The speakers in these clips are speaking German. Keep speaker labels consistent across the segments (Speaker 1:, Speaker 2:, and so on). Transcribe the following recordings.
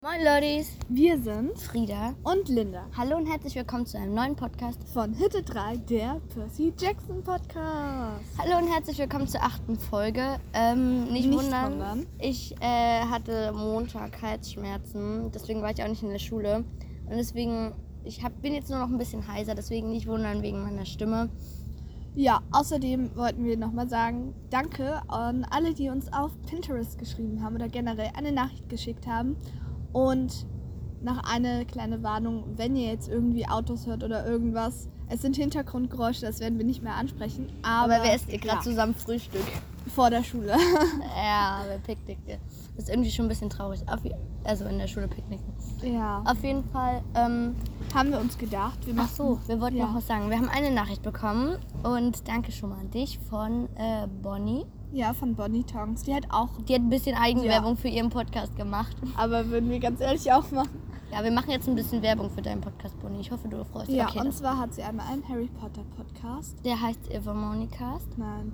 Speaker 1: Moin Ladies,
Speaker 2: Wir sind
Speaker 1: Frieda.
Speaker 2: und Linda
Speaker 1: Hallo und herzlich willkommen zu einem neuen Podcast.
Speaker 2: von Hitte 3, der Percy Jackson Podcast.
Speaker 1: Hallo und herzlich willkommen zur achten Folge. Ähm, nicht,
Speaker 2: Nicht
Speaker 1: wundern,
Speaker 2: wundern.
Speaker 1: ich äh, hatte Montag Halsschmerzen, deswegen war ich auch nicht in der Schule. Und deswegen, ich hab, bin jetzt nur noch ein bisschen heiser, deswegen nicht wundern wegen meiner Stimme.
Speaker 2: Ja, außerdem wollten wir nochmal sagen, danke an alle, die uns auf Pinterest geschrieben haben oder generell eine Nachricht geschickt haben. Und noch eine kleine Warnung, wenn ihr jetzt irgendwie Autos hört oder irgendwas, es sind Hintergrundgeräusche, das werden wir nicht mehr ansprechen. Aber,
Speaker 1: Aber, wer isst ihr gerade
Speaker 2: ja,
Speaker 1: zusammen Frühstück?
Speaker 2: vor der Schule?
Speaker 1: ja, wer picknickt ihr? Das ist irgendwie schon ein bisschen traurig. Auf, also in der Schule picknicken.
Speaker 2: ja.
Speaker 1: Auf jeden Fall, ähm,
Speaker 2: Haben wir uns gedacht, wir
Speaker 1: Ach
Speaker 2: machen
Speaker 1: so, wir wollten
Speaker 2: Ja.
Speaker 1: noch was sagen. Wir haben eine Nachricht bekommen und danke schon mal an dich von äh, Bonnie.
Speaker 2: ja von Bonnie Tongs, die hat auch,
Speaker 1: Die hat ein bisschen Eigenwerbung für ihren Podcast gemacht.
Speaker 2: aber würden wir ganz ehrlich auch machen.
Speaker 1: Ja, wir machen jetzt ein bisschen Werbung für deinen Podcast, Bonnie. Ich hoffe, du freust dich.
Speaker 2: Ja,
Speaker 1: okay,
Speaker 2: und
Speaker 1: das,
Speaker 2: zwar hat sie einmal einen Harry Potter Podcast.
Speaker 1: der heißt Eva Monicast.
Speaker 2: Nein.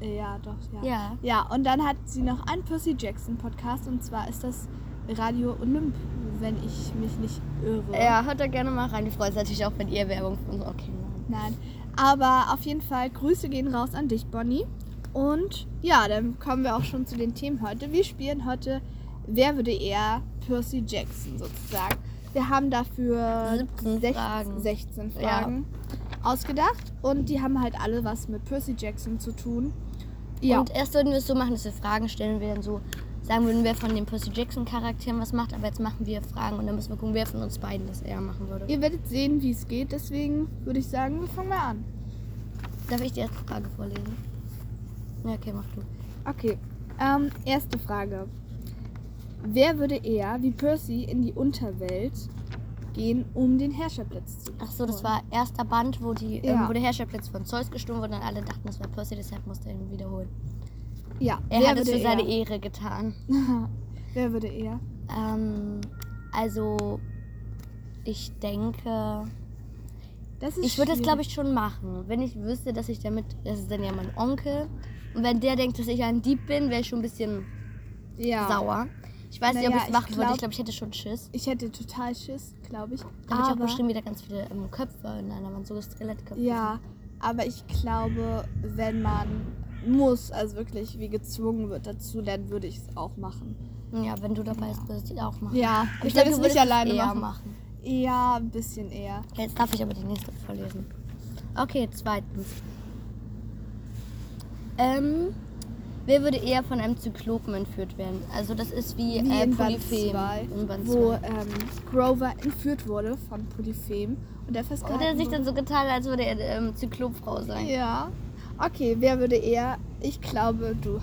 Speaker 2: äh, Ja, doch, ja.
Speaker 1: Ja.
Speaker 2: Ja, und dann hat sie noch einen Percy Jackson Podcast und zwar ist das Radio Olymp, wenn ich mich nicht irre.
Speaker 1: Ja, hört da gerne mal rein. Wir freuen uns natürlich auch, wenn ihr Werbung für uns okay macht.
Speaker 2: Nein. Aber auf jeden Fall, Grüße gehen raus an dich, Bonnie. Und ja, dann kommen wir auch schon zu den Themen heute. Wir spielen heute Wer würde eher Percy Jackson sozusagen. Wir haben dafür
Speaker 1: 17
Speaker 2: sech-
Speaker 1: Fragen.
Speaker 2: 16
Speaker 1: Ja.
Speaker 2: Fragen ausgedacht und die haben halt alle was mit Percy Jackson zu tun. Ja,
Speaker 1: Und erst würden wir es so machen, dass wir Fragen stellen und wir dann so sagen würden, wer von den Percy Jackson Charakteren was macht. Aber jetzt machen wir Fragen und dann müssen wir gucken, wer von uns beiden das eher machen würde.
Speaker 2: ihr werdet sehen, wie es geht. Deswegen würde ich sagen, wir fangen mal an.
Speaker 1: Darf ich die erste Frage vorlesen? Ja, okay, mach du.
Speaker 2: Okay, ähm, erste Frage. Wer würde eher wie Percy in die Unterwelt gehen, um den Herrscherplatz zu
Speaker 1: Ach so, das
Speaker 2: holen?
Speaker 1: war erster Band, wo, die, ähm,
Speaker 2: Ja.
Speaker 1: wo der Herrscherplatz von Zeus gestohlen wurde und alle dachten, das war Percy, deshalb musste er ihn wiederholen.
Speaker 2: Ja,
Speaker 1: Er
Speaker 2: wer
Speaker 1: hat es
Speaker 2: würde
Speaker 1: für seine
Speaker 2: eher?
Speaker 1: Ehre getan.
Speaker 2: Wer würde eher?
Speaker 1: Ähm, also, ich denke,
Speaker 2: Das ist
Speaker 1: ich würde das, glaube
Speaker 2: schwierig.
Speaker 1: ich, schon machen, wenn ich wüsste, dass ich damit, das ist dann ja mein Onkel, und wenn der denkt, dass ich ein Dieb bin, wäre ich schon ein bisschen
Speaker 2: ja.
Speaker 1: sauer. Ich weiß nicht,
Speaker 2: Naja,
Speaker 1: ob ich es
Speaker 2: ich
Speaker 1: machen würde.
Speaker 2: glaub-
Speaker 1: Ich glaube, ich hätte schon Schiss.
Speaker 2: Ich hätte total Schiss, glaube ich.
Speaker 1: Da habe ich auch
Speaker 2: Aber-
Speaker 1: bestimmt wieder ganz viele ähm, Köpfe in einer Wand, so gestrillert Köpfe.
Speaker 2: Ja, aber ich glaube, wenn man muss, also wirklich wie gezwungen wird dazu, dann würde ich es auch machen.
Speaker 1: Ja, wenn du dabei bist, würdest du die auch machen.
Speaker 2: Ja,
Speaker 1: Aber
Speaker 2: ich,
Speaker 1: glaub,
Speaker 2: würde es
Speaker 1: du
Speaker 2: nicht
Speaker 1: würdest
Speaker 2: alleine
Speaker 1: eher
Speaker 2: machen. Ja, ein bisschen eher.
Speaker 1: Jetzt darf ich aber die nächste vorlesen. Okay, zweitens. Ähm, wer würde eher von einem Zyklopen entführt werden? Also das ist wie,
Speaker 2: wie
Speaker 1: äh,
Speaker 2: in Ähm, Band
Speaker 1: Polyphem.
Speaker 2: 2,
Speaker 1: in Band
Speaker 2: wo
Speaker 1: zwei.
Speaker 2: ähm, Grover entführt wurde von Polyphem und der
Speaker 1: Und
Speaker 2: festgehalten
Speaker 1: er hat sich
Speaker 2: wurde.
Speaker 1: dann so getan, als würde er ähm, Zyklopfrau sein.
Speaker 2: Ja. Okay, wer würde eher? Ich glaube, du.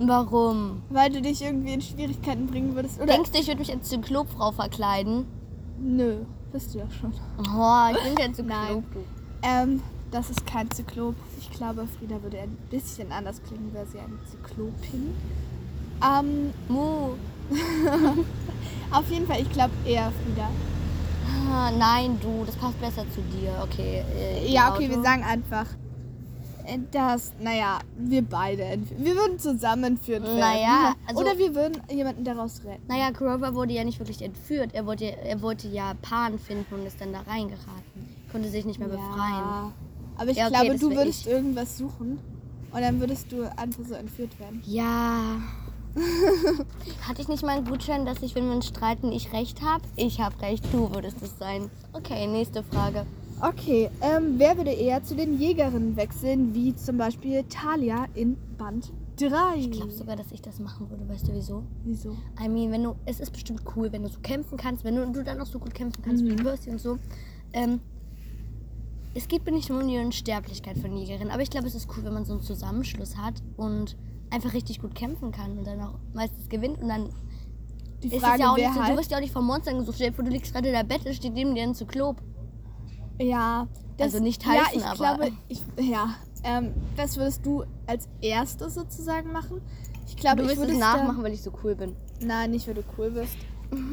Speaker 1: Warum?
Speaker 2: Weil du dich irgendwie in Schwierigkeiten bringen würdest. Oder?
Speaker 1: Denkst du, ich würde mich als Zyklopfrau verkleiden?
Speaker 2: Nö, bist du ja schon.
Speaker 1: Oh, ich bin kein Zyklop.
Speaker 2: Nein. Ähm, das ist kein Zyklop. Ich glaube, Frieda würde ein bisschen anders klingen, wäre sie eine Zyklopin. Ähm,
Speaker 1: Mu.
Speaker 2: auf jeden Fall, ich glaube eher Frieda.
Speaker 1: Ah, Nein, du, das passt besser zu dir. Okay. äh,
Speaker 2: Ja, okay,
Speaker 1: Auto.
Speaker 2: wir sagen einfach, äh, dass, naja, wir beide, entf- wir würden zusammen entführt werden.
Speaker 1: Naja, also-
Speaker 2: Oder wir würden jemanden daraus retten.
Speaker 1: Naja, Grover wurde ja nicht wirklich entführt. Er wollte, er wollte ja Pan finden und ist dann da reingeraten. Konnte sich nicht mehr befreien.
Speaker 2: Ja. Aber ich
Speaker 1: Ja, okay,
Speaker 2: glaube,
Speaker 1: das
Speaker 2: du
Speaker 1: wär
Speaker 2: würdest
Speaker 1: ich.
Speaker 2: irgendwas suchen und dann würdest du einfach so entführt werden.
Speaker 1: Ja. Hatte ich nicht mal einen Gutschein, dass ich, wenn wir uns streiten, ich recht habe? Ich habe recht, du würdest es sein. Okay, nächste Frage.
Speaker 2: Okay, ähm, wer würde eher zu den Jägerinnen wechseln, wie zum Beispiel Talia in Band 3?
Speaker 1: Ich glaube sogar, dass ich das machen würde. Weißt du wieso?
Speaker 2: Wieso?
Speaker 1: I mean, wenn du, es ist bestimmt cool, wenn du so kämpfen kannst, wenn du, du dann auch so gut kämpfen kannst wie Percy und so. Ähm, es geht mir nicht nur um die Unsterblichkeit von Jägerin, aber ich glaube, es ist cool, wenn man so einen Zusammenschluss hat und einfach richtig gut kämpfen kann und dann auch meistens gewinnt und dann
Speaker 2: Die
Speaker 1: ist
Speaker 2: Frage
Speaker 1: es ja auch
Speaker 2: wäre
Speaker 1: nicht so, du
Speaker 2: halt,
Speaker 1: wirst ja auch nicht vom Monstern gesucht, stell dir vor, du liegst gerade in der Bette, steht neben dir ein Zyklop.
Speaker 2: Ja,
Speaker 1: Also nicht
Speaker 2: ja,
Speaker 1: heißen,
Speaker 2: ich
Speaker 1: aber-
Speaker 2: Glaube, ich, ja, ähm, das würdest du als erstes sozusagen machen. Ich glaube,
Speaker 1: du
Speaker 2: ich
Speaker 1: wirst
Speaker 2: würde
Speaker 1: es
Speaker 2: es
Speaker 1: nachmachen, weil ich so cool bin.
Speaker 2: Dann, nein, nicht, weil du cool bist.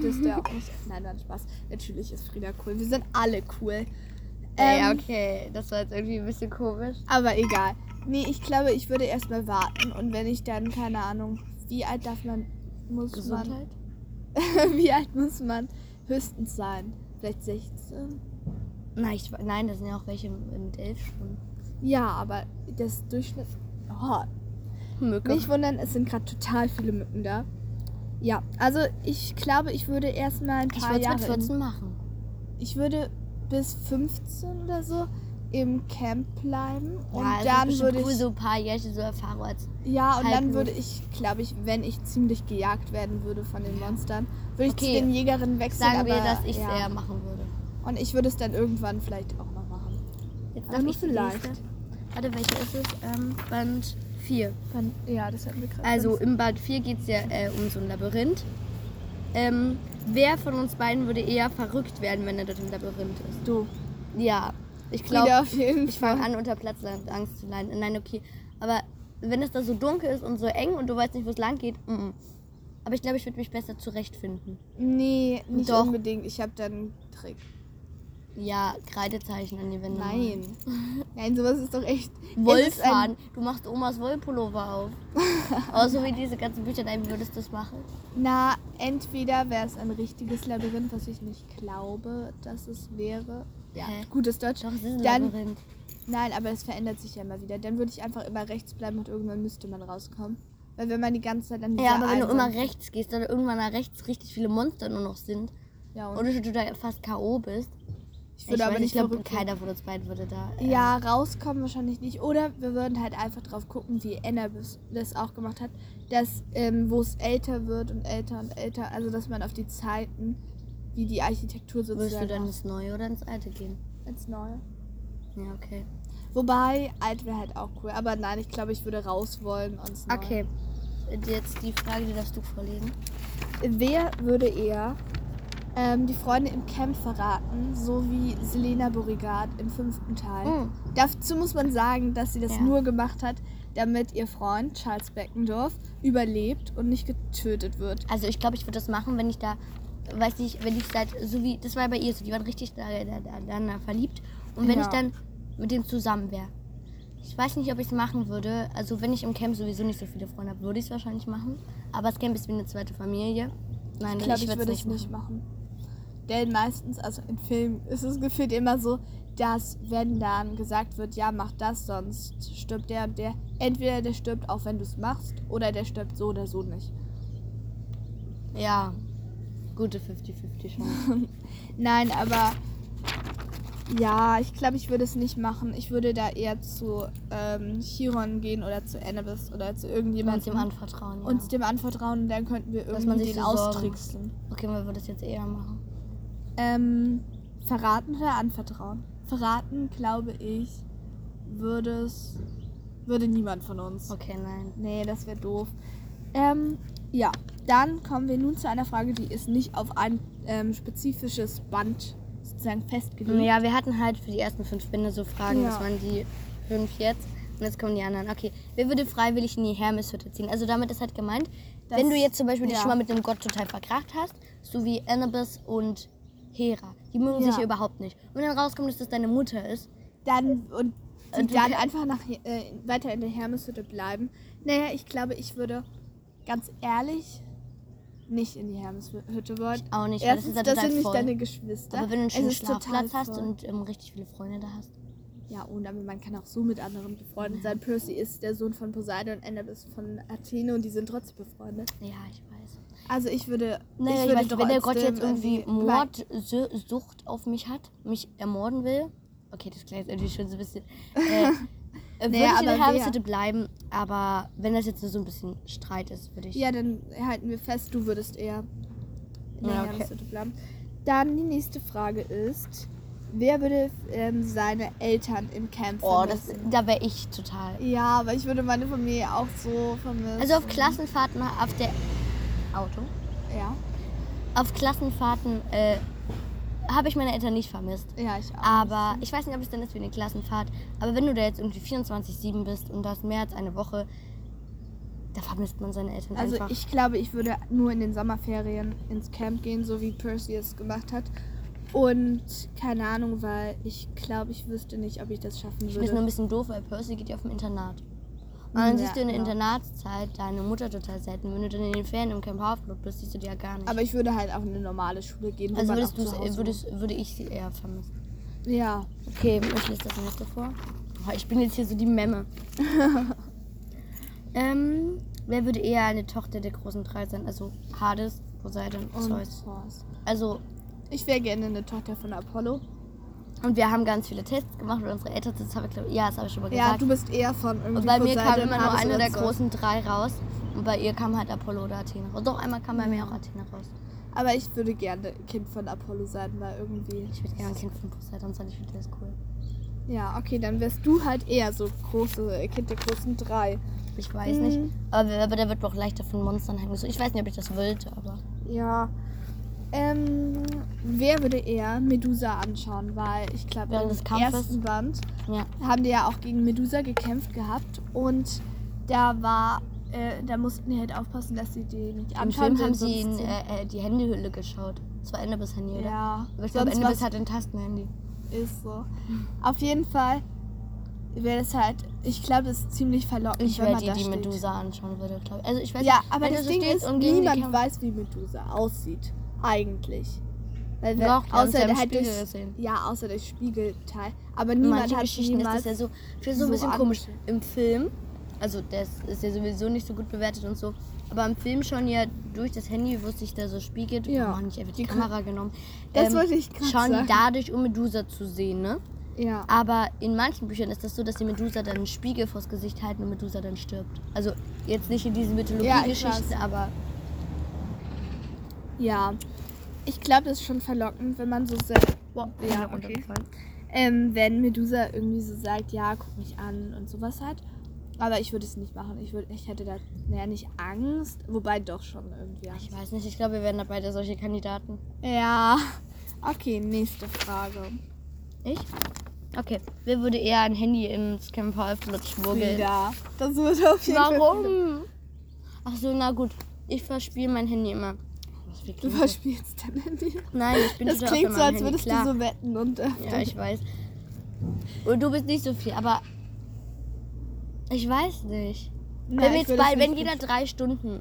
Speaker 2: Das wäre auch nicht. Nein, nein, Spaß. Natürlich ist Frieda cool. Wir sind alle cool.
Speaker 1: Ey,
Speaker 2: Ähm,
Speaker 1: okay, das war jetzt irgendwie ein bisschen komisch.
Speaker 2: Aber egal. Nee, ich glaube, ich würde erstmal warten und wenn ich dann, keine Ahnung, wie alt darf man, muss
Speaker 1: Gesundheit?
Speaker 2: man. Wie alt muss man höchstens sein? Vielleicht 16?
Speaker 1: Nein, ich, nein, da sind ja auch welche mit elf schon.
Speaker 2: Ja, aber das Durchschnitt. Oh,
Speaker 1: Möge.
Speaker 2: nicht wundern, es sind gerade total viele Mücken da. Ja, also ich glaube, ich würde erstmal ein
Speaker 1: ich
Speaker 2: paar
Speaker 1: wollte es
Speaker 2: Jahre.
Speaker 1: mit
Speaker 2: in-
Speaker 1: 14 machen.
Speaker 2: ich würde bis 15 oder so im Camp bleiben und
Speaker 1: ja, es ist
Speaker 2: dann
Speaker 1: bestimmt
Speaker 2: würde
Speaker 1: cool,
Speaker 2: ich
Speaker 1: so ein paar Jährchen so Erfahrung als.
Speaker 2: ja und
Speaker 1: halten.
Speaker 2: dann würde ich glaube ich wenn ich ziemlich gejagt werden würde von den Monstern würde ich
Speaker 1: Okay.
Speaker 2: zu den Jägerinnen wechseln
Speaker 1: Sagen
Speaker 2: aber,
Speaker 1: wir, dass ich es
Speaker 2: ja.
Speaker 1: eher machen würde.
Speaker 2: und ich würde es dann irgendwann vielleicht auch noch machen
Speaker 1: Jetzt
Speaker 2: Aber nur
Speaker 1: die
Speaker 2: vielleicht.
Speaker 1: nächste. Warte, welche ist es? Ähm, Band 4.
Speaker 2: dann, ja das hatten wir gerade
Speaker 1: Also
Speaker 2: sonst-
Speaker 1: im Band 4 geht es ja äh, um so ein Labyrinth. Ähm, wer von uns beiden würde eher verrückt werden, wenn er dort im Labyrinth ist?
Speaker 2: du
Speaker 1: Ja, ich
Speaker 2: Wieder
Speaker 1: glaube,
Speaker 2: auf jeden
Speaker 1: ich fange an, unter Platzangst zu leiden. Äh, Nein, okay. Aber wenn es da so dunkel ist und so eng und du weißt nicht, wo es lang geht, mm. aber ich glaube, ich würde mich besser zurechtfinden.
Speaker 2: nee nicht
Speaker 1: Doch.
Speaker 2: unbedingt ich habe dann einen Trick
Speaker 1: Ja, Kreidezeichen an die Wände. malen.
Speaker 2: nein nein sowas ist doch echt Es ist ein-
Speaker 1: Wollfahren. Du machst Omas Wollpullover auf. Außer wie diese ganzen Bücher, nein, wie würdest du das machen?
Speaker 2: Na, entweder wäre es ein richtiges Labyrinth, was ich nicht glaube, dass es wäre. Ja,
Speaker 1: Hä?
Speaker 2: gutes Deutsch.
Speaker 1: Doch, es ist ein
Speaker 2: Dann-
Speaker 1: Labyrinth.
Speaker 2: Nein, aber es verändert sich ja immer wieder. Dann würde ich einfach immer rechts bleiben und irgendwann müsste man rauskommen. Weil wenn man die ganze Zeit an dieser
Speaker 1: Ja, aber wenn du
Speaker 2: einen-
Speaker 1: immer rechts gehst, dann irgendwann nach rechts richtig viele Monster nur noch sind.
Speaker 2: Ja, und
Speaker 1: Oder du da fast K.O. bist.
Speaker 2: ich würde aber
Speaker 1: weiß,
Speaker 2: nicht
Speaker 1: ich glaube,
Speaker 2: verrückt werden.
Speaker 1: keiner von uns beiden würde da. äh,
Speaker 2: Ja, rauskommen wahrscheinlich nicht. Oder wir würden halt einfach drauf gucken, wie Anna bis- das auch gemacht hat, dass ähm, wo es älter wird und älter und älter, also dass man auf die Zeiten, wie die Architektur
Speaker 1: Würdest du
Speaker 2: sozusagen
Speaker 1: dann ins Neue oder ins Alte gehen?
Speaker 2: ins Neue.
Speaker 1: Ja, okay.
Speaker 2: Wobei, alt wäre halt auch cool. Aber nein, ich glaube, ich würde raus wollen. Ans Neue.
Speaker 1: Okay. Jetzt die Frage, die darfst du vorlesen.
Speaker 2: Wer würde eher ähm, die Freunde im Camp verraten, so wie Selena Borigard im fünften Teil?
Speaker 1: Hm.
Speaker 2: Dazu muss man sagen, dass sie das
Speaker 1: Ja.
Speaker 2: nur gemacht hat, damit ihr Freund Charles Beckendorf überlebt und nicht getötet wird.
Speaker 1: Also ich glaube, ich würde das machen, wenn ich da, weiß nicht, wenn ich seit, so wie, das war bei ihr so, die waren richtig da, da, da, da verliebt. Und wenn
Speaker 2: Ja.
Speaker 1: ich dann mit dem zusammen wäre. Ich weiß nicht, ob ich es machen würde. Also wenn ich im Camp sowieso nicht so viele Freunde habe, würde ich es wahrscheinlich machen. Aber das Camp ist wie eine zweite Familie. Nein,
Speaker 2: Ich glaube, ich,
Speaker 1: würd's
Speaker 2: würde es nicht machen. Denn meistens, also in Filmen, ist es gefühlt immer so, dass wenn dann gesagt wird, ja, mach das, sonst stirbt der und der. Entweder der stirbt, auch wenn du es machst, oder der stirbt so oder so nicht.
Speaker 1: Ja, gute 50-50 Chance.
Speaker 2: Nein, aber ja, ich glaube, ich würde es nicht machen. Ich würde da eher zu ähm, Chiron gehen oder zu Annabis oder
Speaker 1: Jemand
Speaker 2: zu
Speaker 1: dem
Speaker 2: irgendjemandem
Speaker 1: anvertrauen. Ja.
Speaker 2: uns dem anvertrauen und dann könnten wir
Speaker 1: Dass
Speaker 2: irgendwie
Speaker 1: man sich
Speaker 2: den
Speaker 1: so Sorgen-
Speaker 2: austricksen.
Speaker 1: okay, man würde es jetzt eher machen.
Speaker 2: Ähm, verraten oder anvertrauen? Verraten, glaube ich, würde es würde niemand von uns.
Speaker 1: Okay, nein.
Speaker 2: Nee, das wäre doof. Ähm, ja, dann kommen wir nun zu einer Frage, die ist nicht auf ein ähm, spezifisches Band sozusagen festgelegt.
Speaker 1: Ja, wir hatten halt für die ersten fünf Bände so Fragen.
Speaker 2: Hm? Ja.
Speaker 1: Das waren die fünf jetzt. Und jetzt kommen die anderen. Okay, wer würde freiwillig in die Hermeshütte ziehen? Also damit ist halt gemeint,
Speaker 2: Das-
Speaker 1: wenn du jetzt zum Beispiel dich
Speaker 2: ja.
Speaker 1: schon mal mit einem Gott total verkracht hast, so wie Anubis und Hera, die mögen
Speaker 2: Ja.
Speaker 1: sich ja überhaupt nicht. Und wenn dann rauskommt, dass das deine Mutter ist,
Speaker 2: Dann und
Speaker 1: Äh,
Speaker 2: die
Speaker 1: du
Speaker 2: dann
Speaker 1: kann-
Speaker 2: einfach nach, äh, weiter in der Hermeshütte bleiben. Naja, ich glaube, ich würde ganz ehrlich nicht in die Hermeshütte wollen.
Speaker 1: auch nicht, weil das
Speaker 2: Erstens,
Speaker 1: ist ja
Speaker 2: das
Speaker 1: total
Speaker 2: sind nicht
Speaker 1: voll.
Speaker 2: deine Geschwister.
Speaker 1: aber wenn du einen
Speaker 2: Es
Speaker 1: schönen
Speaker 2: ist total
Speaker 1: Schlafplatz hast
Speaker 2: voll.
Speaker 1: und ähm, richtig viele Freunde da hast.
Speaker 2: Ja, und aber man kann auch so mit anderen befreundet sein. Percy ist der Sohn von Poseidon und Annabeth ist von Athene und die sind trotzdem befreundet.
Speaker 1: Ja, ich weiß.
Speaker 2: Also ich würde.
Speaker 1: Naja, ich
Speaker 2: würde
Speaker 1: weiß, nicht, wenn der Gott
Speaker 2: trotzdem
Speaker 1: jetzt irgendwie
Speaker 2: bleiben.
Speaker 1: Mordsucht auf mich hat, mich ermorden will. Okay, das klingt jetzt irgendwie schon so ein bisschen. Äh, äh, würde
Speaker 2: Naja,
Speaker 1: ich in der
Speaker 2: aber
Speaker 1: Hermeshütte bleiben, aber wenn das jetzt nur so ein bisschen Streit ist, würde ich.
Speaker 2: Ja, dann halten wir fest, du würdest eher in der
Speaker 1: Ja, Ah, okay.
Speaker 2: Hermeshütte bleiben. Dann die nächste Frage ist, wer würde ähm, seine Eltern im Camp
Speaker 1: oh, das,
Speaker 2: vermissen?
Speaker 1: da wäre ich total.
Speaker 2: ja, aber ich würde meine Familie auch so vermissen.
Speaker 1: Also auf Klassenfahrten, auf der. Auto?
Speaker 2: Ja,
Speaker 1: Auf Klassenfahrten äh, habe ich meine Eltern nicht vermisst.
Speaker 2: ja ich auch.
Speaker 1: Aber ich weiß nicht, ob es dann ist wie eine Klassenfahrt. Aber wenn du da jetzt irgendwie 24-7 bist und das mehr als eine Woche, da vermisst man seine Eltern
Speaker 2: Also
Speaker 1: einfach.
Speaker 2: ich glaube, ich würde nur in den Sommerferien ins Camp gehen, so wie Percy es gemacht hat. Und keine Ahnung, weil ich glaube, ich wüsste nicht, ob ich das schaffen
Speaker 1: Ich finde es nur
Speaker 2: würde.
Speaker 1: ein bisschen doof, weil Percy geht ja auf dem Internat. Und dann
Speaker 2: Ja,
Speaker 1: siehst du in der
Speaker 2: genau.
Speaker 1: Internatszeit deine Mutter total selten. Wenn du dann in den Ferien im Camp Haarflut bist, siehst du die ja gar nicht.
Speaker 2: Aber ich würde halt auf eine normale Schule gehen. wo
Speaker 1: also
Speaker 2: man
Speaker 1: würdest
Speaker 2: auch
Speaker 1: du
Speaker 2: zu Hause-
Speaker 1: würdest, würde ich sie eher vermissen.
Speaker 2: Ja.
Speaker 1: Okay, ich lese das nächste vor. Oh, ich bin jetzt hier so die Memme. ähm, wer würde eher eine Tochter der großen drei sein? Also Hades, Poseidon und
Speaker 2: Und
Speaker 1: Zeus.
Speaker 2: Zeus.
Speaker 1: Also,
Speaker 2: Ich wäre gerne eine Tochter von Apollo.
Speaker 1: und wir haben ganz viele Tests gemacht und unsere Eltern, das habe ich glaube ja, das habe ich schon mal
Speaker 2: Ja,
Speaker 1: gesagt.
Speaker 2: du bist eher von irgendwie
Speaker 1: und bei mir kam
Speaker 2: Poseidon,
Speaker 1: immer nur
Speaker 2: Hades
Speaker 1: eine
Speaker 2: oder
Speaker 1: der
Speaker 2: Zeus.
Speaker 1: großen drei raus. Und bei ihr kam halt Apollo oder Athena raus. Doch, einmal kam bei mir auch Athena raus.
Speaker 2: Aber ich würde gerne Kind von Apollo sein, weil irgendwie.
Speaker 1: Ich würde gerne ein Kind von Poseidon sein, ich finde das cool.
Speaker 2: Ja, okay, dann wärst du halt eher so große äh, Kind der großen drei.
Speaker 1: Ich weiß
Speaker 2: Mhm.
Speaker 1: nicht. Aber, wer- aber der wird auch leichter von Monstern heimgesucht. Ich weiß nicht, ob ich das wollte, aber.
Speaker 2: Ja. Ähm, wer würde eher Medusa anschauen? Weil ich glaube,
Speaker 1: Während
Speaker 2: im
Speaker 1: des Kampfes?
Speaker 2: ersten Band
Speaker 1: Ja.
Speaker 2: haben die ja auch gegen Medusa gekämpft gehabt und da war, äh, da mussten die halt aufpassen, dass sie die nicht
Speaker 1: Im
Speaker 2: anschauen.
Speaker 1: Film haben
Speaker 2: denn
Speaker 1: sie in
Speaker 2: sonst sind-
Speaker 1: äh, äh, die Handyhülle geschaut. Das war Annabes Handy, oder?
Speaker 2: ja,
Speaker 1: Aber ich glaube,
Speaker 2: sonst
Speaker 1: Annabes
Speaker 2: was
Speaker 1: hat ein Tastenhandy.
Speaker 2: ist so. Auf jeden Fall wäre das halt, ich glaube, das ist ziemlich verlockend,
Speaker 1: Ich
Speaker 2: wenn
Speaker 1: wäre
Speaker 2: man
Speaker 1: die,
Speaker 2: da
Speaker 1: die
Speaker 2: steht.
Speaker 1: Medusa anschauen würde, glaube ich. Also ich weiß
Speaker 2: Ja,
Speaker 1: nicht,
Speaker 2: aber
Speaker 1: wenn
Speaker 2: das
Speaker 1: du so
Speaker 2: Ding
Speaker 1: stehst
Speaker 2: ist,
Speaker 1: und gegen die
Speaker 2: niemand
Speaker 1: Kamera-
Speaker 2: weiß, wie Medusa aussieht. Eigentlich. Weil
Speaker 1: Doch, wir haben's ja
Speaker 2: außer
Speaker 1: im
Speaker 2: der hat
Speaker 1: Spiegel
Speaker 2: durch,
Speaker 1: gesehen.
Speaker 2: ja, außer durch Spiegelteil. Aber niemand
Speaker 1: manche
Speaker 2: hat
Speaker 1: Geschichten ist das
Speaker 2: niemals.
Speaker 1: ja so. Ich finde es so ein
Speaker 2: so
Speaker 1: bisschen
Speaker 2: an-
Speaker 1: komisch. Im Film, also das ist ja sowieso nicht so gut bewertet und so, aber im Film schon ja durch das Handy, wo sich da so spiegelt,
Speaker 2: Ja.
Speaker 1: oh, nicht einfach die,
Speaker 2: Die
Speaker 1: Kamera genommen.
Speaker 2: Das wollte ich gerade
Speaker 1: Schauen
Speaker 2: sagen.
Speaker 1: die dadurch, um Medusa zu sehen, ne?
Speaker 2: ja.
Speaker 1: Aber in manchen Büchern ist das so, dass die Medusa dann einen Spiegel vors Gesicht halten und Medusa dann stirbt. Also jetzt nicht in diesen Mythologie-Geschichten, Also aber
Speaker 2: ja. Ich glaube, das ist schon verlockend, wenn man so sagt. ja, okay. Ähm, wenn Medusa irgendwie so sagt, ja, guck mich an und sowas hat. Aber ich würde es nicht machen. Ich, würd, ich hätte da, naja, nicht Angst. Wobei doch schon irgendwie Angst.
Speaker 1: Ich weiß nicht, ich glaube, wir werden da beide solche Kandidaten.
Speaker 2: Ja. Okay, nächste Frage.
Speaker 1: Ich? Okay. Wer würde eher ein Handy ins Camp Halfblut schmuggeln?
Speaker 2: Ja, das würde auf jeden Fall.
Speaker 1: Warum? Ach so, na gut. Ich verspiele mein Handy immer. Was, wie
Speaker 2: Du
Speaker 1: klingt das?
Speaker 2: verspielst dein Handy.
Speaker 1: Nein, ich bin
Speaker 2: Das
Speaker 1: total
Speaker 2: klingt
Speaker 1: auf
Speaker 2: so, als
Speaker 1: meinem
Speaker 2: würdest
Speaker 1: Handy, klar.
Speaker 2: du so wetten und öfter.
Speaker 1: Ja, ich weiß. Und du bist nicht so viel, aber ich weiß nicht.
Speaker 2: Na,
Speaker 1: wenn wir
Speaker 2: ich
Speaker 1: jetzt
Speaker 2: würde es
Speaker 1: bald, wenn
Speaker 2: nicht
Speaker 1: jeder drei Stunden,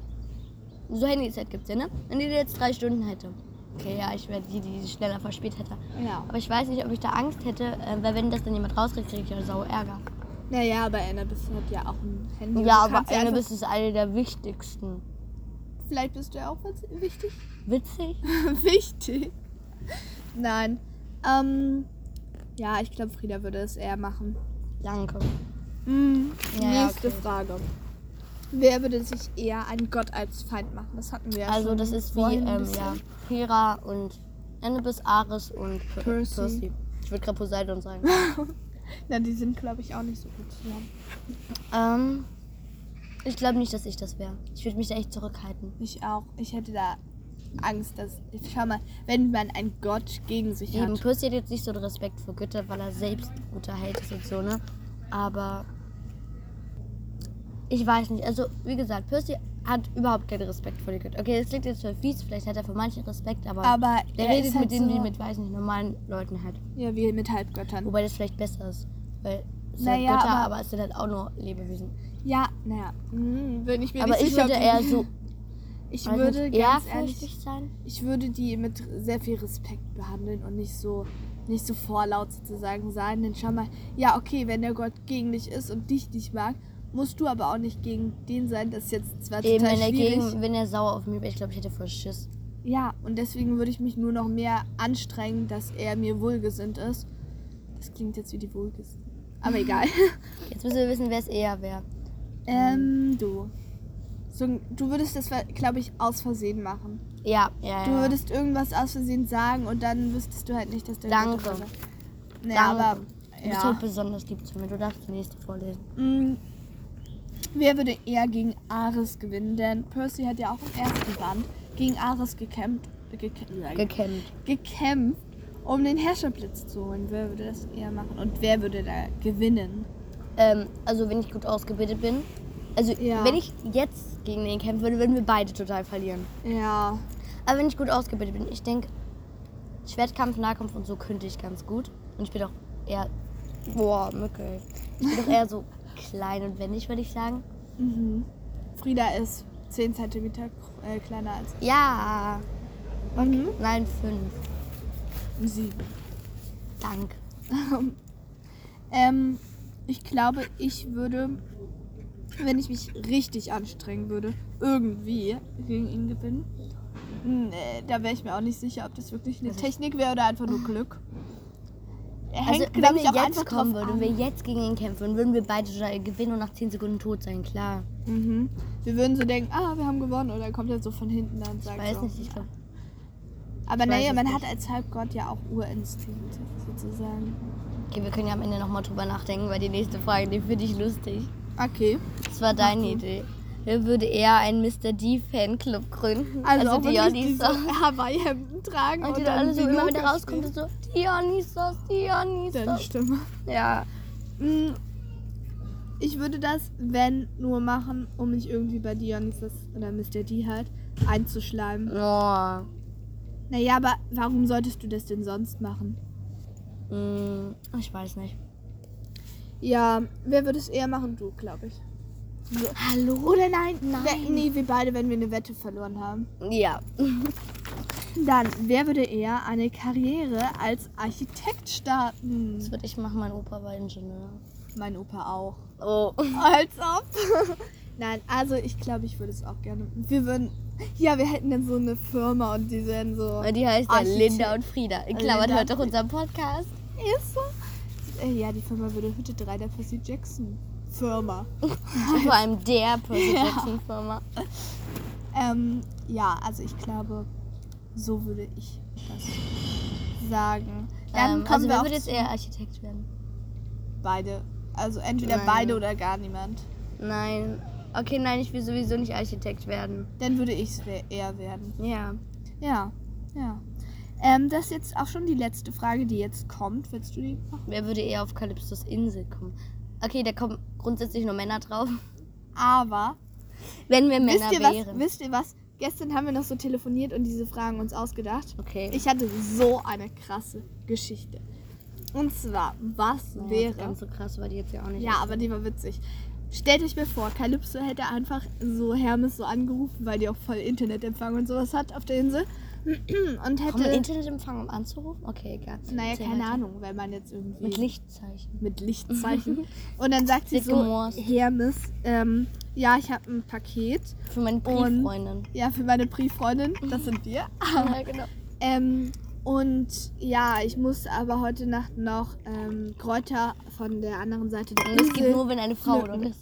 Speaker 1: so Handyzeit gibt's ja, ne? Wenn jeder jetzt drei Stunden hätte. Okay, ja, ich wäre die, die schneller verspielt hätte.
Speaker 2: wissen. Ja.
Speaker 1: Aber ich weiß nicht, ob ich da Angst hätte, äh, weil wenn das dann jemand rauskriegt, kriege ich ja sau Ärger. Naja,
Speaker 2: aber Annabis hat ja auch ein Handy.
Speaker 1: Ja,
Speaker 2: Du
Speaker 1: aber
Speaker 2: kannst
Speaker 1: eine
Speaker 2: einfach-
Speaker 1: bist ist eine der wichtigsten.
Speaker 2: Vielleicht bist du ja auch was wichtig.
Speaker 1: Witzig?
Speaker 2: wichtig. Nein. Ähm, ja, ich glaube, Frieda würde es eher machen.
Speaker 1: Danke.
Speaker 2: Mhm.
Speaker 1: Ja, ja,
Speaker 2: Nächste
Speaker 1: okay.
Speaker 2: Frage. Wer würde sich eher einen Gott als Feind machen? Das hatten wir ja
Speaker 1: also
Speaker 2: schon
Speaker 1: das ist wie
Speaker 2: vorhin ein
Speaker 1: ähm,
Speaker 2: bisschen.
Speaker 1: ja, Hera und Anubis, Ares und P-
Speaker 2: Percy.
Speaker 1: Percy. Ich würde gerade Poseidon sagen.
Speaker 2: Na, die sind, glaube ich, auch nicht so gut zusammen.
Speaker 1: ähm, ich glaube nicht, dass ich das wäre. Ich würde mich da echt zurückhalten.
Speaker 2: Ich auch. Ich hätte da Angst, dass. Schau mal, wenn man einen Gott gegen sich
Speaker 1: Eben,
Speaker 2: hat.
Speaker 1: Percy hat jetzt nicht so den Respekt vor Götter, weil er selbst ein guter Held ist und so, ne? Aber ich weiß nicht. Also, wie gesagt, Percy hat überhaupt keinen Respekt vor den Göttern. Okay, das klingt jetzt voll fies, vielleicht hat er für manche Respekt, aber,
Speaker 2: Aber
Speaker 1: der
Speaker 2: er
Speaker 1: redet
Speaker 2: ist halt
Speaker 1: mit denen
Speaker 2: so,
Speaker 1: wie mit, weiß nicht, normalen Leuten halt.
Speaker 2: Ja, wie mit Halbgöttern.
Speaker 1: Wobei das vielleicht besser ist. Weil es sind
Speaker 2: Naja,
Speaker 1: Götter,
Speaker 2: aber-
Speaker 1: aber, es sind halt auch nur Lebewesen.
Speaker 2: Ja, naja. Hm, bin ich mir
Speaker 1: aber
Speaker 2: nicht
Speaker 1: ich
Speaker 2: sicher,
Speaker 1: würde
Speaker 2: ob die-
Speaker 1: eher so
Speaker 2: Ich
Speaker 1: weiß
Speaker 2: würde
Speaker 1: nicht,
Speaker 2: ganz ehrlich.
Speaker 1: ehrfürchtig sein.
Speaker 2: Ich würde die mit sehr viel Respekt behandeln und nicht so nicht so vorlaut sozusagen sein. Denn schau mal, ja, okay, wenn der Gott gegen dich ist und dich nicht mag, musst du aber auch nicht gegen den sein. Das ist jetzt zwar
Speaker 1: Eben,
Speaker 2: Also total
Speaker 1: wenn er,
Speaker 2: schwierig.
Speaker 1: gegen, wenn er sauer auf mich wäre, ich glaube, ich hätte voll Schiss.
Speaker 2: Ja, und deswegen würde ich mich nur noch mehr anstrengen, dass er mir wohlgesinnt ist. Das klingt jetzt wie die Wohlgesinnt. Aber egal.
Speaker 1: Jetzt müssen wir wissen, wer es eher wäre.
Speaker 2: ähm, du. So, du würdest das, glaube ich, aus Versehen machen.
Speaker 1: Ja, ja, ja.
Speaker 2: Du würdest irgendwas aus Versehen sagen und dann wüsstest du halt nicht, dass der
Speaker 1: Danke.
Speaker 2: Gott das war. Nee,
Speaker 1: Danke.
Speaker 2: aber.
Speaker 1: Du bist
Speaker 2: Ja.
Speaker 1: halt besonders lieb zu mir. Du darfst die nächste vorlesen.
Speaker 2: Mm, wer würde eher gegen Ares gewinnen? Denn Percy hat ja auch im ersten Band gegen Ares gekämpft. Gekä
Speaker 1: Gekämmt.
Speaker 2: gekämpft, um den Herrscherblitz zu holen. Wer würde das eher machen? Und wer würde da gewinnen?
Speaker 1: Ähm, also wenn ich gut ausgebildet bin. Also
Speaker 2: Ja.
Speaker 1: wenn ich jetzt gegen ihn kämpfen würde, würden wir beide total verlieren.
Speaker 2: Ja.
Speaker 1: Aber wenn ich gut ausgebildet bin, ich denke, Schwertkampf, Nahkampf und so könnte ich ganz gut. Und ich bin auch eher. Boah, Mücke. Ich bin doch eher so klein und wendig, würde ich sagen.
Speaker 2: Mhm. Frieda ist 10 cm äh, kleiner als
Speaker 1: Ja,
Speaker 2: ich. Mhm.
Speaker 1: nein, fünf.
Speaker 2: Sieben.
Speaker 1: Dank.
Speaker 2: Ähm, ich glaube, ich würde, wenn ich mich richtig anstrengen würde, irgendwie gegen ihn gewinnen. Nee, da wäre ich mir auch nicht sicher, ob das wirklich eine
Speaker 1: Also ich-
Speaker 2: Technik wäre oder einfach nur Glück. Er
Speaker 1: Also,
Speaker 2: hängt,
Speaker 1: wenn
Speaker 2: glaube
Speaker 1: wir
Speaker 2: ich, auch
Speaker 1: jetzt
Speaker 2: einfach
Speaker 1: kommen
Speaker 2: drauf
Speaker 1: würden,
Speaker 2: an.
Speaker 1: wenn wir jetzt gegen ihn kämpfen würden, würden wir beide total gewinnen und nach 10 Sekunden tot sein, klar.
Speaker 2: Mhm. Wir würden so denken, ah, wir haben gewonnen. Oder er kommt jetzt so von hinten an und
Speaker 1: Ich
Speaker 2: sagt
Speaker 1: weiß
Speaker 2: so.
Speaker 1: nicht, ich glaube.
Speaker 2: Aber
Speaker 1: ich weiß
Speaker 2: naja,
Speaker 1: es
Speaker 2: man
Speaker 1: nicht.
Speaker 2: hat als Halbgott ja auch Urinstinkte, sozusagen.
Speaker 1: Okay, wir können ja am Ende nochmal drüber nachdenken, weil die nächste Frage, die finde ich lustig.
Speaker 2: Okay.
Speaker 1: Das war deine Idee. Wer würde eher einen Mr. D-Fanclub gründen?
Speaker 2: Also, auch wenn ich
Speaker 1: Dionysos.
Speaker 2: diese Hawaii-Hemden tragen
Speaker 1: Und die da
Speaker 2: dann
Speaker 1: alle so immer wieder
Speaker 2: Sudoku
Speaker 1: rauskommt und so, Dionysos,
Speaker 2: spielen. Deine
Speaker 1: Dionysos.
Speaker 2: Stimme.
Speaker 1: Ja.
Speaker 2: Mm, Ich würde das, wenn, nur machen, um mich irgendwie bei Dionysus oder Mr. D halt einzuschleimen.
Speaker 1: Oh.
Speaker 2: Naja, aber warum solltest du das denn sonst machen?
Speaker 1: Mm, ich weiß nicht.
Speaker 2: Ja, wer würde es eher machen? Du, glaube ich. So.
Speaker 1: Hallo?
Speaker 2: Oder nein,
Speaker 1: Nein.
Speaker 2: wer- nee, wir beide, wenn wir eine Wette verloren haben.
Speaker 1: Ja.
Speaker 2: Dann, wer würde eher eine Karriere als Architekt starten?
Speaker 1: Das würde ich machen, mein Opa war Ingenieur.
Speaker 2: Mein Opa auch.
Speaker 1: Oh.
Speaker 2: Als ob. Nein, also ich glaube, ich würde es auch gerne. Wir würden. Ja, wir hätten dann so eine Firma und die wären so.
Speaker 1: Und die heißt ja
Speaker 2: Architekt.
Speaker 1: Linda und Frieda. In Klammern
Speaker 2: Linda.
Speaker 1: hört doch unseren Podcast.
Speaker 2: Ist so. Äh, Ja, die Firma würde Hütte 3 der Percy Jackson Firma.
Speaker 1: Vor allem der Percy
Speaker 2: Ja.
Speaker 1: Jackson Firma.
Speaker 2: Ähm, ja, also ich glaube, so würde ich das sagen. Dann
Speaker 1: ähm,
Speaker 2: kommen
Speaker 1: also
Speaker 2: wir
Speaker 1: wer
Speaker 2: auch
Speaker 1: würde jetzt
Speaker 2: zu
Speaker 1: eher Architekt werden?
Speaker 2: beide. Also entweder
Speaker 1: Nein.
Speaker 2: beide oder gar niemand.
Speaker 1: Nein. Okay, nein, ich will sowieso nicht Architekt werden.
Speaker 2: Dann würde ich es eher werden.
Speaker 1: Ja.
Speaker 2: Ja, ja. Ähm, das ist jetzt auch schon die letzte Frage, die jetzt kommt. Willst du die machen?
Speaker 1: Wer würde eher auf Kalypsos Insel kommen? Okay, da kommen grundsätzlich nur Männer drauf.
Speaker 2: Aber
Speaker 1: Wenn wir Männer
Speaker 2: wisst ihr, was,
Speaker 1: wären.
Speaker 2: wisst ihr was? Gestern haben wir noch so telefoniert und diese Fragen uns ausgedacht.
Speaker 1: okay.
Speaker 2: Ich hatte so eine krasse Geschichte. Und zwar, was
Speaker 1: Naja,
Speaker 2: wäre.
Speaker 1: Ganz so krass war die jetzt ja auch nicht.
Speaker 2: Ja, aber die war witzig. Stellt euch mal vor, Calypso hätte einfach so Hermes so angerufen, weil die auch voll Internetempfang und sowas hat auf der Insel. Und
Speaker 1: Haben wir
Speaker 2: hätte.
Speaker 1: Internetempfang, um anzurufen? Okay, egal.
Speaker 2: Naja,
Speaker 1: Erzähl
Speaker 2: keine
Speaker 1: weiter.
Speaker 2: Ahnung, weil man jetzt irgendwie.
Speaker 1: Mit Lichtzeichen.
Speaker 2: mit Lichtzeichen. und dann sagt sie
Speaker 1: Wird
Speaker 2: so:
Speaker 1: gemorst.
Speaker 2: Hermes, ähm, ja, ich habe ein Paket.
Speaker 1: Für meine Brieffreundin.
Speaker 2: Ja, für meine Brieffreundin, das sind wir.
Speaker 1: ja, genau.
Speaker 2: Ähm, und ja, ich muss aber heute Nacht noch ähm, Kräuter von der anderen Seite der
Speaker 1: Und das geht
Speaker 2: Insel.
Speaker 1: nur, wenn eine Frau oder ist.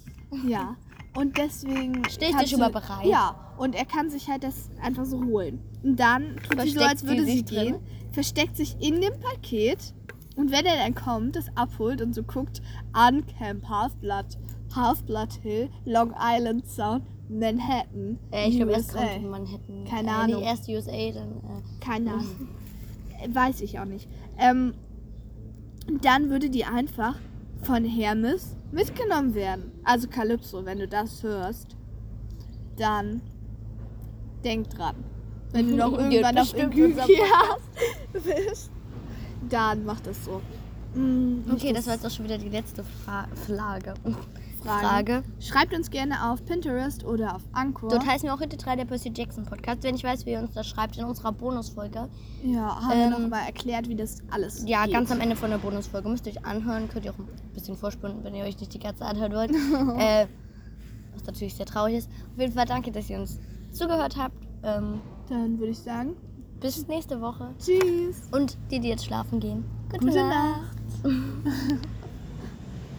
Speaker 2: Ja. Und deswegen.
Speaker 1: Stell ich
Speaker 2: kann
Speaker 1: dir schon mal
Speaker 2: sie-
Speaker 1: bereit.
Speaker 2: Ja. Und er kann sich halt das einfach so holen. Und dann tut sie so,
Speaker 1: Versteckt
Speaker 2: als
Speaker 1: sie
Speaker 2: würde sie,
Speaker 1: sich
Speaker 2: gehen, versteckt sich in dem Paket. Und wenn er dann kommt, das abholt und so guckt, an Camp Half-Blood, Half-Blood Hill, Long Island Sound, Manhattan.
Speaker 1: Äh, ich glaube, erst
Speaker 2: USA.
Speaker 1: kommt Manhattan.
Speaker 2: Keine
Speaker 1: äh,
Speaker 2: Ahnung.
Speaker 1: Nee, erst USA, dann. Äh,
Speaker 2: Keine Ahnung. Äh, Weiß ich auch nicht. Ähm, dann würde die einfach von Hermes mitgenommen werden. Also Kalypso, wenn du das hörst, dann denk dran. Wenn du noch
Speaker 1: Wird
Speaker 2: irgendwann auf
Speaker 1: bestimmt
Speaker 2: Inküki
Speaker 1: unser
Speaker 2: bist, dann mach das so. Mm, nicht
Speaker 1: okay, das war jetzt auch schon wieder die letzte Fra Frage.
Speaker 2: Fragen.
Speaker 1: Frage.
Speaker 2: Schreibt uns gerne auf Pinterest oder auf Anchor.
Speaker 1: Dort heißen wir auch heute drei der Percy Jackson Podcast. Wenn ich weiß, wie ihr uns das schreibt, in unserer Bonusfolge.
Speaker 2: ja, haben
Speaker 1: Ähm,
Speaker 2: wir nochmal erklärt, wie das alles
Speaker 1: Ja,
Speaker 2: geht.
Speaker 1: ganz am Ende von der Bonusfolge. Müsst ihr euch anhören. Könnt ihr auch ein bisschen vorspulen, wenn ihr euch nicht die ganze anhören wollt. äh, was natürlich sehr traurig ist. Auf jeden Fall danke, dass ihr uns zugehört habt. Ähm,
Speaker 2: Dann würde ich sagen,
Speaker 1: bis nächste Woche.
Speaker 2: tschüss.
Speaker 1: Und die, die jetzt schlafen gehen.
Speaker 2: Gute Nacht.